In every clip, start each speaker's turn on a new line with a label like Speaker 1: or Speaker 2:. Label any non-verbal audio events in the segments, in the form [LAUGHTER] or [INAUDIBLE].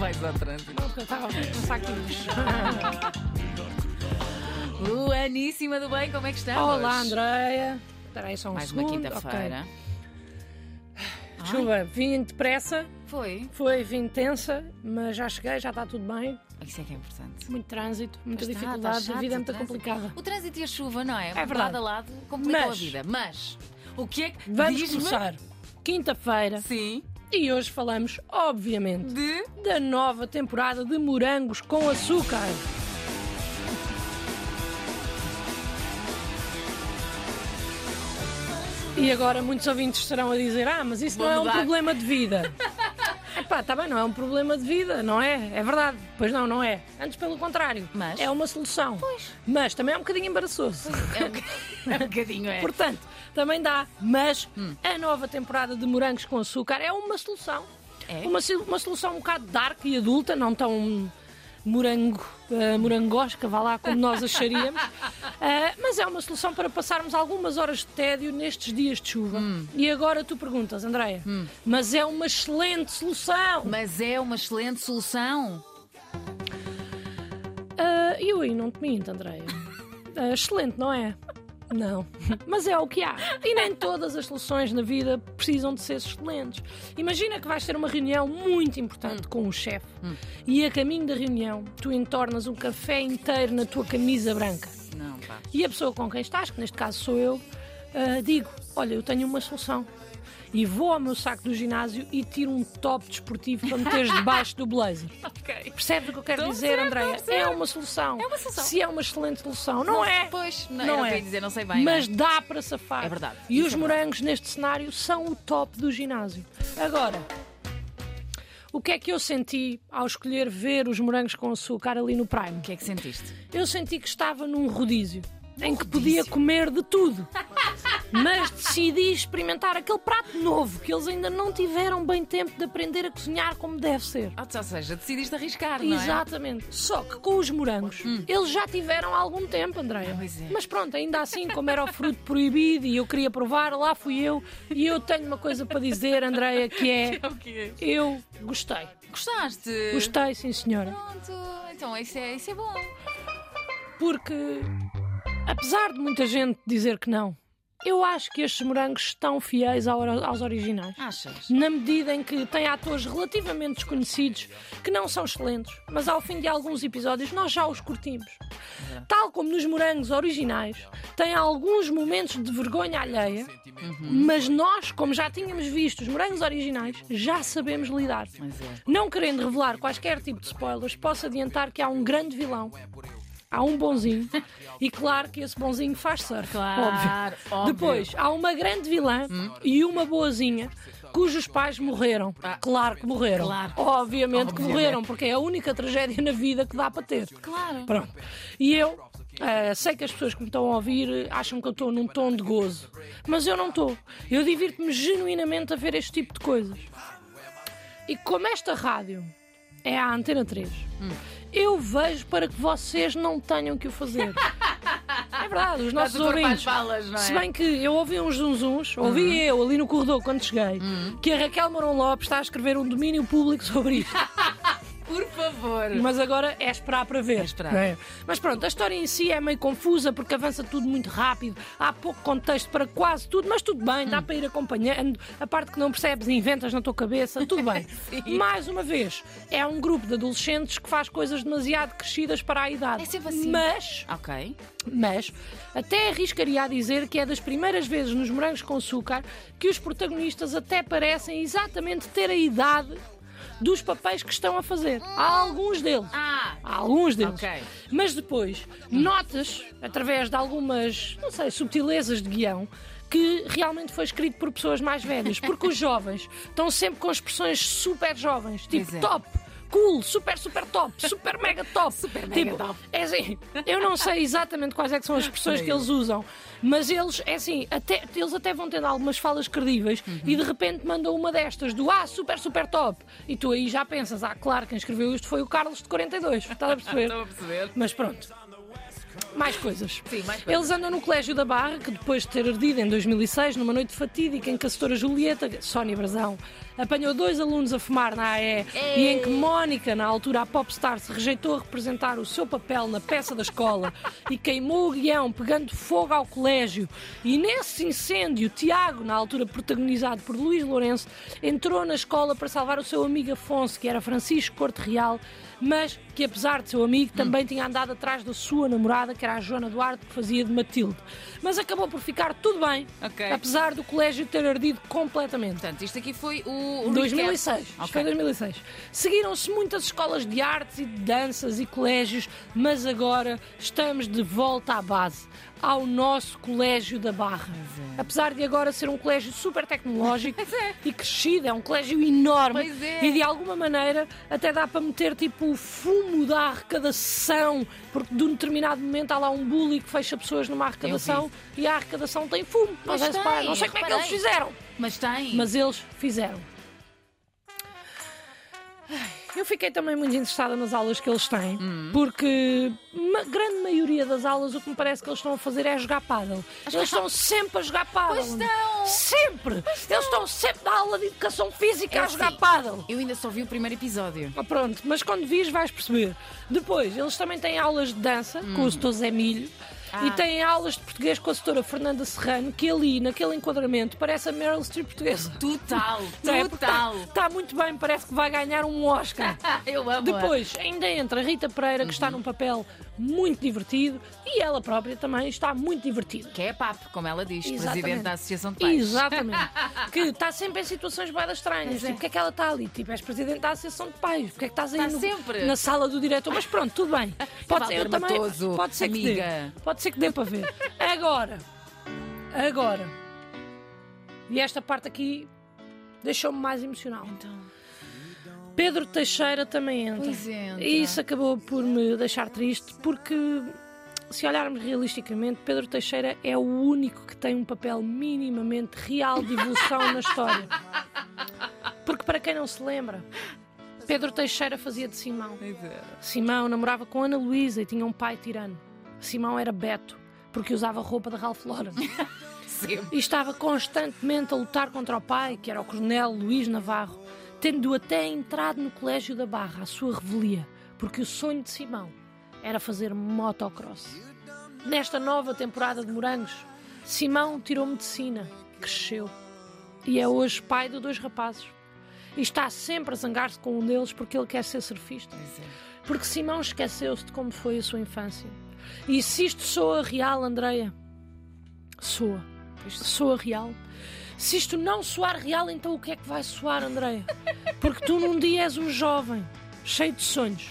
Speaker 1: vais ao trânsito.
Speaker 2: Não, porque eu estava a pensar aqui.
Speaker 1: Luaníssima do bem, como é que estamos?
Speaker 2: [LAUGHS] Olá, Andreia. Espera aí só um
Speaker 1: Mais uma
Speaker 2: segundo.
Speaker 1: quinta-feira.
Speaker 2: Ok. Chuva, vim depressa,
Speaker 1: Foi.
Speaker 2: foi, vim intensa, mas já cheguei, já está tudo bem.
Speaker 1: Isso é que é importante.
Speaker 2: Muito trânsito, muita
Speaker 1: Pois está,
Speaker 2: dificuldade,
Speaker 1: está chato
Speaker 2: a vida é
Speaker 1: o
Speaker 2: muito
Speaker 1: trânsito.
Speaker 2: complicada.
Speaker 1: O trânsito e a chuva, não é?
Speaker 2: verdade.
Speaker 1: Lado a lado, complicou
Speaker 2: Mas-
Speaker 1: a vida. Mas, o que é que.
Speaker 2: Vamos
Speaker 1: diz-me-
Speaker 2: começar. Quinta-feira,
Speaker 1: Sim,
Speaker 2: e hoje falamos, obviamente,
Speaker 1: de.
Speaker 2: da nova temporada de Morangos com Açúcar. E agora muitos ouvintes estarão a dizer: Ah, mas isso
Speaker 1: Vou
Speaker 2: não é um
Speaker 1: mudar."
Speaker 2: problema
Speaker 1: [LAUGHS]
Speaker 2: de vida. Epá, está bem, não é um problema de vida, não é? É verdade. Pois não, não é. Antes, pelo contrário,
Speaker 1: Mas?
Speaker 2: é uma solução. Mas também é um bocadinho embaraçoso.
Speaker 1: É um, bo- é um bocadinho, é. Hum.
Speaker 2: Portanto, também dá. Mas a nova temporada de Morangos com Açúcar é uma solução.
Speaker 1: É?
Speaker 2: Uma, si- uma solução um bocado dark e adulta, não tão morango, eh, morangosca, vá lá, como
Speaker 1: [LAUGHS]
Speaker 2: nós acharíamos. Eh, mas é uma solução para passarmos algumas horas de tédio nestes dias de chuva.
Speaker 1: Hum.
Speaker 2: E agora tu perguntas, Andreia, mas é uma excelente solução.
Speaker 1: Mas é uma excelente solução.
Speaker 2: Ah, eu aí não te minto, Andréia. Ah, excelente, não é? Não. Mas é o que há. E nem todas as soluções na vida precisam de ser excelentes. Imagina que vais ter uma reunião muito importante com um chefe e a caminho da reunião tu entornas um café inteiro na tua camisa branca.
Speaker 1: Não, pá.
Speaker 2: E a pessoa com quem estás, que neste caso sou eu, ah, digo: Olha, eu tenho uma solução. E vou ao meu saco do ginásio e tiro um top desportivo para meteres debaixo do blazer.
Speaker 1: Ok.
Speaker 2: Percebes o que eu quero
Speaker 1: Estou a
Speaker 2: dizer,
Speaker 1: perceber,
Speaker 2: Andréia?
Speaker 1: estou a
Speaker 2: É
Speaker 1: perceber.
Speaker 2: uma solução.
Speaker 1: É uma solução.
Speaker 2: Se é uma excelente solução, não, é?
Speaker 1: Pois, não,
Speaker 2: Não
Speaker 1: era o que
Speaker 2: é.
Speaker 1: eu ia dizer, não sei bem.
Speaker 2: Mas
Speaker 1: não
Speaker 2: dá para safar.
Speaker 1: É verdade,
Speaker 2: E
Speaker 1: isso
Speaker 2: os
Speaker 1: é verdade.
Speaker 2: morangos neste cenário são o top do ginásio. Agora, o que é que eu senti ao escolher ver os morangos com açúcar ali no Prime?
Speaker 1: é? O que é que sentiste?
Speaker 2: Eu senti que estava num rodízio. Em que
Speaker 1: rodízio?
Speaker 2: podia comer de
Speaker 1: [LAUGHS]
Speaker 2: tudo. Mas decidi experimentar aquele prato novo que eles ainda não tiveram bem tempo de aprender a cozinhar como deve ser.
Speaker 1: Ah, Ou seja, decidiste arriscar, não é? Hum.
Speaker 2: Exatamente. Só que com os morangos, eles já tiveram algum tempo, Andréia.
Speaker 1: Pois é.
Speaker 2: Mas pronto, ainda assim, como era o fruto proibido e eu queria provar, lá fui eu. E eu tenho uma coisa para dizer, Andréia, que é:
Speaker 1: É o quê?
Speaker 2: eu gostei.
Speaker 1: Gostaste?
Speaker 2: Gostei, sim, senhora.
Speaker 1: Pronto, então isso é, isso é bom.
Speaker 2: Porque, apesar de muita gente dizer que não, eu acho que estes morangos estão fiéis ao- aos originais.
Speaker 1: Achas?
Speaker 2: na medida em que tem atores relativamente desconhecidos que não são excelentes, mas ao fim de alguns episódios nós já os curtimos. Tal como nos morangos originais, tem alguns momentos de vergonha alheia, mas nós, como já tínhamos visto os morangos originais, já sabemos lidar.
Speaker 1: Mas é.
Speaker 2: Não querendo revelar quaisquer tipo de spoilers, posso adiantar que há um grande vilão. Há um bonzinho, e claro que esse bonzinho faz surf, óbvio.
Speaker 1: Claro, óbvio.
Speaker 2: Depois, há uma grande vilã e uma boazinha cujos pais morreram. Claro que morreram.
Speaker 1: Claro.
Speaker 2: Obviamente que morreram, porque é a única tragédia na vida que dá para ter.
Speaker 1: Claro.
Speaker 2: Pronto. E eu eh, sei que as pessoas que me estão a ouvir eh, acham que eu estou num tom de gozo, mas eu não estou. Eu divirto-me genuinamente a ver este tipo de coisas. E como esta rádio é a Antena 3, eu vejo para que vocês não tenham que o fazer. É verdade, os nossos
Speaker 1: a pôr para as
Speaker 2: ouvintes.
Speaker 1: balas, não é? Uhum.
Speaker 2: Se bem que eu ouvi uns zunzuns, ouvi eu ali no corredor quando cheguei, que a Raquel Mourão Lopes está a escrever um domínio público sobre
Speaker 1: [LAUGHS]
Speaker 2: isto.
Speaker 1: Por favor.
Speaker 2: Mas agora é esperar para ver.
Speaker 1: esperar.
Speaker 2: não é? Mas pronto, a história em si é meio confusa porque avança tudo muito rápido, há pouco contexto para quase tudo, mas tudo bem,
Speaker 1: Hum.
Speaker 2: dá para ir acompanhando. A parte que não percebes, inventas na tua cabeça,
Speaker 1: [LAUGHS]
Speaker 2: tudo bem. Mais uma vez, é um grupo de adolescentes que faz coisas demasiado crescidas para a idade.
Speaker 1: É sempre assim.
Speaker 2: Mas
Speaker 1: Ok.
Speaker 2: mas até arriscaria a dizer que é das primeiras vezes nos Morangos com Açúcar que os protagonistas até parecem exatamente ter a idade dos papéis que estão a fazer. Há alguns deles.
Speaker 1: Ah,
Speaker 2: Há alguns deles.
Speaker 1: Ok.
Speaker 2: Mas depois notas, através de algumas, não sei, subtilezas de guião, que realmente foi escrito por pessoas mais velhas. Porque os [LAUGHS] jovens estão sempre com expressões super jovens, tipo
Speaker 1: Pois é.
Speaker 2: top. Cool, super, super top, super mega
Speaker 1: [LAUGHS]
Speaker 2: top.
Speaker 1: Super mega
Speaker 2: tipo,
Speaker 1: top.
Speaker 2: É assim, eu não sei exatamente quais é que são as expressões que eles usam, mas eles, é assim, até, eles até vão tendo algumas falas credíveis e de repente mandam uma destas do ah, super, super top. E tu aí já pensas, ah, claro, quem escreveu isto foi o Carlos de 42. Estás a perceber?
Speaker 1: a perceber.
Speaker 2: Mas pronto. Mais coisas.
Speaker 1: Sim, mais coisas.
Speaker 2: Eles andam no Colégio da Barra, que depois de ter ardido em 2006, numa noite fatídica em que a Setora Julieta, Sónia Brazão, apanhou dois alunos a fumar na AE e em que Mónica, na altura a popstar, se rejeitou a representar o seu papel na peça da escola e queimou o guião, pegando fogo ao colégio. E nesse incêndio, Tiago, na altura protagonizado por Luís Lourenço, entrou na escola para salvar o seu amigo Afonso, que era Francisco Corte Real, mas que apesar de seu amigo também tinha andado atrás da sua namorada, que era a Joana Duarte, que fazia de Matilde. Mas acabou por ficar tudo bem,
Speaker 1: Ok.
Speaker 2: apesar do colégio ter ardido completamente.
Speaker 1: Portanto, isto aqui foi o. o
Speaker 2: 2006.
Speaker 1: recap.
Speaker 2: Isto foi 2006. Seguiram-se muitas escolas de artes e de danças e colégios, mas agora estamos de volta à base, ao nosso colégio da Barra. Apesar de agora ser um colégio super tecnológico
Speaker 1: é. [LAUGHS] Pois é.
Speaker 2: e crescido, é um colégio enorme
Speaker 1: Pois é.
Speaker 2: e de alguma maneira até dá para meter tipo o fumo da arrecadação, porque de um determinado momento há lá um bully que fecha pessoas numa arrecadação e a arrecadação tem fumo.
Speaker 1: Pois
Speaker 2: Não sei se
Speaker 1: tem,
Speaker 2: para- não sei
Speaker 1: eu
Speaker 2: como é que eles
Speaker 1: reparei.
Speaker 2: fizeram
Speaker 1: Mas tem.
Speaker 2: mas eles fizeram. Ai, Eu fiquei também muito interessada nas aulas que eles têm,
Speaker 1: Hum.
Speaker 2: porque a grande maioria das aulas o que me parece que eles estão a fazer é jogar pádel. Eles estão sempre a jogar pádel.
Speaker 1: é Pois estão.
Speaker 2: Sempre! Eles estão sempre na aula de educação física
Speaker 1: É
Speaker 2: a jogar
Speaker 1: assim.
Speaker 2: pádel.
Speaker 1: Eu ainda só vi o primeiro episódio.
Speaker 2: Ah, pronto, mas quando vires vais perceber. Depois, eles também têm aulas de dança com o Sr. Zé Milho e
Speaker 1: Hum. Ah.
Speaker 2: têm aulas de português com a Sra. Fernanda Serrano, que ali, naquele enquadramento, parece a Meryl Streep portuguesa.
Speaker 1: [LAUGHS] Total,
Speaker 2: Não é? Porque tá- [LAUGHS]
Speaker 1: total.
Speaker 2: tá muito bem, parece que vai ganhar um
Speaker 1: [LAUGHS]
Speaker 2: Oscar.
Speaker 1: Eu amo.
Speaker 2: Depois ainda entra a Rita Pereira, que
Speaker 1: Uhum.
Speaker 2: está num papel muito divertido, e ela própria também está muito divertida.
Speaker 1: Que é papo, como ela diz, presidente
Speaker 2: Exatamente.
Speaker 1: da Associação de Pais. [LAUGHS]
Speaker 2: Exatamente. que está sempre em situações boedas estranhas.
Speaker 1: Pois é.
Speaker 2: Tipo, porque é que ela está ali? Tipo, és presidente da Associação de Pais. Porque é que estás aí
Speaker 1: Tá
Speaker 2: no-
Speaker 1: sempre.
Speaker 2: na sala do diretor? Mas pronto, tudo
Speaker 1: [LAUGHS]
Speaker 2: bem. Pode ser, eu
Speaker 1: Walter
Speaker 2: também.
Speaker 1: Matoso,
Speaker 2: pode ser que dê.
Speaker 1: amiga.
Speaker 2: Pode ser que dê para ver. Agora. Agora. E esta parte aqui deixou-me mais emocional.
Speaker 1: Então,
Speaker 2: Pedro Teixeira também entra.
Speaker 1: Pois entra.
Speaker 2: E isso acabou por me deixar triste porque, se olharmos realisticamente, Pedro Teixeira é o único que tem um papel minimamente real de evolução na história. Porque, para quem não se lembra, Pedro Teixeira fazia de Simão. Simão namorava com Ana Luísa e tinha um pai tirano. Simão era Beto, porque usava roupa de Ralph Lauren
Speaker 1: sempre.
Speaker 2: e estava constantemente a lutar contra o pai, que era o coronel Luís Navarro, tendo até entrado no Colégio da Barra, à sua revelia, porque o sonho de Simão era fazer motocross. Nesta nova temporada de Morangos, Simão tirou medicina, cresceu e é hoje pai de dois rapazes. E está sempre a zangar-se com um deles porque ele quer ser surfista.
Speaker 1: Pois é.
Speaker 2: Porque Simão esqueceu-se de como foi a sua infância. E se isto soa real, Andreia, soa.
Speaker 1: Pois
Speaker 2: Soa real. Se isto não soar real, então o que é que vai soar, Andreia? Porque tu num dia és um jovem, cheio de sonhos,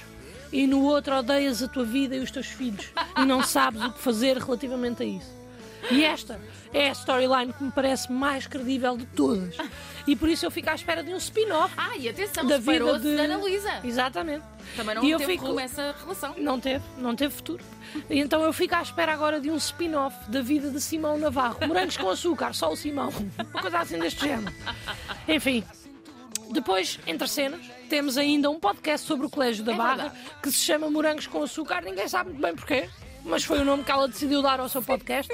Speaker 2: e no outro odeias a tua vida e os teus filhos, e não sabes o que fazer relativamente a isso. E esta é a storyline que me parece mais credível de todas. E por isso eu fico à espera de um spin-off
Speaker 1: Ah, e atenção,
Speaker 2: da vida
Speaker 1: separou-se
Speaker 2: de
Speaker 1: da Ana Luísa.
Speaker 2: Exatamente.
Speaker 1: Também não é um
Speaker 2: E eu
Speaker 1: teve
Speaker 2: fico-
Speaker 1: rumo essa relação.
Speaker 2: Não teve, não teve futuro. E Então eu fico à espera agora de um spin-off da vida de Simão Navarro. Morangos com açúcar, só o Simão. Uma coisa assim deste género. Enfim. Depois, entre cenas, temos ainda um podcast sobre o Colégio da
Speaker 1: É
Speaker 2: Barra
Speaker 1: verdade.
Speaker 2: que se chama Morangos com Açúcar. Ninguém sabe muito bem porquê, mas foi o nome que ela decidiu dar ao seu podcast.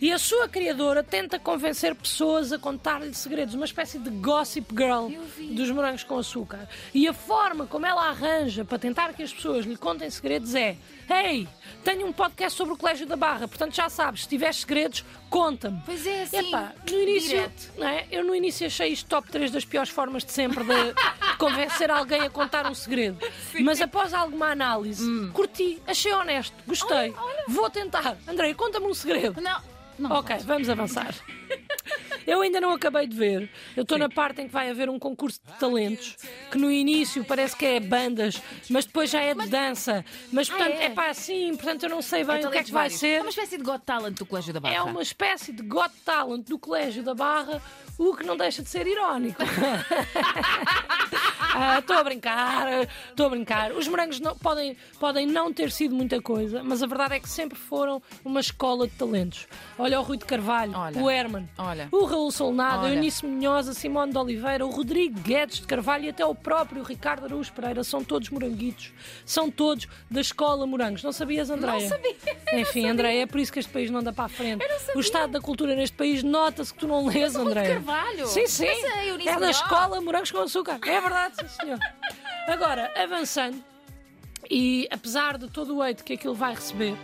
Speaker 2: E a sua criadora tenta convencer pessoas a contar-lhe segredos, uma espécie de gossip girl
Speaker 1: Eu vi.
Speaker 2: dos morangos com açúcar. E a forma como ela arranja para tentar que as pessoas lhe contem segredos é: Ei, tenho um podcast sobre o Colégio da Barra, portanto já sabes, se tiveres segredos, conta-me.
Speaker 1: Pois é, assim.
Speaker 2: Epá, no início,
Speaker 1: direto.
Speaker 2: não é? eu no início achei isto top 3 das piores formas de sempre de de
Speaker 1: [LAUGHS]
Speaker 2: convencer alguém a contar um segredo. Mas após alguma análise,
Speaker 1: Hum.
Speaker 2: curti, achei honesto, gostei. Vou tentar. Andrei, conta-me um segredo.
Speaker 1: Não, não.
Speaker 2: Ok, vamos avançar. Eu ainda não acabei de ver. Eu estou na parte em que vai haver um concurso de talentos, que no início parece que é bandas, mas depois já é de dança. Mas portanto,
Speaker 1: é?
Speaker 2: é pá, sim, portanto eu não sei
Speaker 1: Então,
Speaker 2: bem o que é
Speaker 1: lentes
Speaker 2: que vai
Speaker 1: vários.
Speaker 2: ser.
Speaker 1: É uma espécie de Got Talent do Colégio da Barra.
Speaker 2: É uma espécie de Got Talent
Speaker 1: [LAUGHS]
Speaker 2: do Colégio da Barra, o que não deixa de ser irónico. Ah, Estou a brincar, estou a brincar. Os morangos não- podem, podem não ter sido muita coisa, mas a verdade é que sempre foram uma escola de talentos. Olha o Rui de Carvalho,
Speaker 1: Olha.
Speaker 2: o Herman,
Speaker 1: Olha.
Speaker 2: o Raul Solnado, a
Speaker 1: Olha.
Speaker 2: Eunice Munhoz, a Simone de Oliveira, o Rodrigo Guedes de Carvalho e até o próprio Ricardo Araújo Pereira. São todos moranguitos. São todos da escola morangos. Não sabias, Andréia?
Speaker 1: Não sabia.
Speaker 2: Enfim, Andréia, é por isso que este país não anda para a frente. O estado da cultura neste país nota-se que tu não lês,
Speaker 1: o Rui de
Speaker 2: Andréia.
Speaker 1: Carvalho.
Speaker 2: Sim, sim.
Speaker 1: Mas a Eunice
Speaker 2: é da
Speaker 1: Munhoz.
Speaker 2: escola morangos com açúcar. É verdade, sim, senhor. Agora, avançando, e apesar de todo o hate que aquilo vai receber,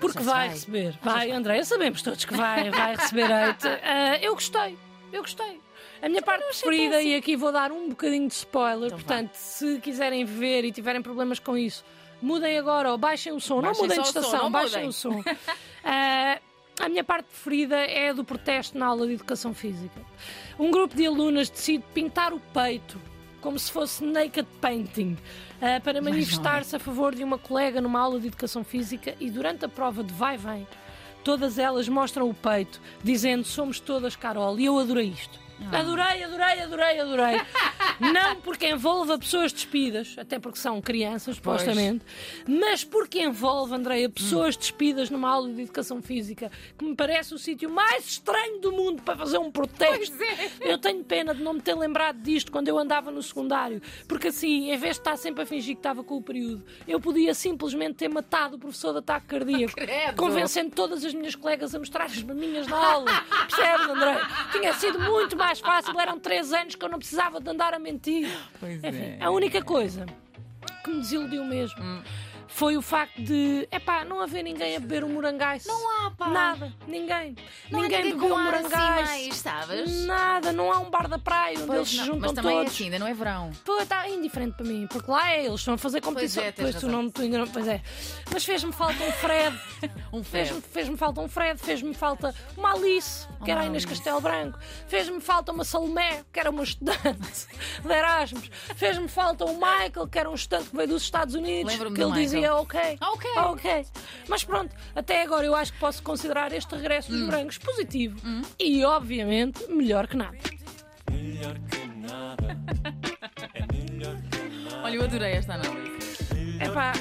Speaker 2: porque
Speaker 1: Já se
Speaker 2: vai
Speaker 1: vai.
Speaker 2: receber. Vai, Andréia, sabemos todos que vai, vai receber hate. Ah, eu gostei, eu gostei. A minha parte preferida, e aqui vou dar um bocadinho de spoiler,
Speaker 1: Então vá.
Speaker 2: portanto, se quiserem ver e tiverem problemas com isso, mudem agora ou baixem o som. não
Speaker 1: Baixem
Speaker 2: mudem de
Speaker 1: só o som,
Speaker 2: estação,
Speaker 1: não
Speaker 2: baixem
Speaker 1: mudem. [LAUGHS]
Speaker 2: o som. Ah, a minha parte preferida é a do protesto na aula de educação física. Um grupo de alunas decide pintar o peito como se fosse naked painting ah, para manifestar-se a favor de uma colega numa aula de educação física e durante a prova de vai-vem, todas elas mostram o peito, dizendo somos todas Carol. E eu adorei isto.
Speaker 1: Ah.
Speaker 2: Adorei, adorei,
Speaker 1: [LAUGHS]
Speaker 2: adorei, adorei. Não porque envolva pessoas despidas, até porque são crianças,
Speaker 1: Pois.
Speaker 2: supostamente, mas porque envolve, Andreia, pessoas despidas numa aula de educação física, que me parece o sítio mais estranho do mundo para fazer um protesto. Eu tenho pena de não me ter lembrado disto quando eu andava no secundário, porque assim, em vez de estar sempre a fingir que estava com o período, eu podia simplesmente ter matado o professor de ataque cardíaco,
Speaker 1: Credo.
Speaker 2: convencendo todas as minhas colegas a mostrar as maminhas na aula. Percebes, André? Tinha sido muito mais fácil, eram três anos que eu não precisava de andar a mentir.
Speaker 1: Pois
Speaker 2: Enfim,
Speaker 1: é. Hum.
Speaker 2: a única coisa que me desiludiu mesmo foi o facto de, epá, não haver ninguém a beber um morangaço.
Speaker 3: Não há, pá.
Speaker 2: Nada, ninguém.
Speaker 3: Não há
Speaker 2: ninguém,
Speaker 3: ninguém
Speaker 2: bebeu
Speaker 3: com
Speaker 2: um
Speaker 3: ar assim
Speaker 2: morangaço.
Speaker 3: mais, sabes?
Speaker 2: Nada, não há um bar da praia onde eles se
Speaker 1: não,
Speaker 2: juntam
Speaker 1: mas também é
Speaker 2: todos.
Speaker 1: assim, ainda não é verão.
Speaker 2: Pô, está indiferente para mim, porque lá é, eles estão a fazer competição.
Speaker 1: é, tens
Speaker 2: Pois tu
Speaker 1: razão.
Speaker 2: não, tu ainda não, pois é. Mas fez-me falta um Fred,
Speaker 1: [LAUGHS] Um
Speaker 2: fez-me
Speaker 1: ferro.
Speaker 2: fez falta um Fred, fez-me falta uma Alice, que era a
Speaker 1: Uma
Speaker 2: Inês
Speaker 1: Alice.
Speaker 2: Castelo Branco, fez-me falta uma Salomé, que era uma estudante [LAUGHS] de Erasmus, fez-me falta um Michael, que era um estudante que veio dos Estados Unidos,
Speaker 1: Lembro-me
Speaker 2: que
Speaker 1: do
Speaker 2: ele
Speaker 1: Michael. Ah,
Speaker 2: dizia ok,
Speaker 1: Ok.
Speaker 2: ok. Mas pronto, até agora eu acho que posso considerar este regresso
Speaker 1: Hum.
Speaker 2: dos brancos positivo e, obviamente, melhor que nada.
Speaker 4: Melhor que nada. É melhor que nada.
Speaker 1: Olha, eu adorei esta análise.
Speaker 2: Epá,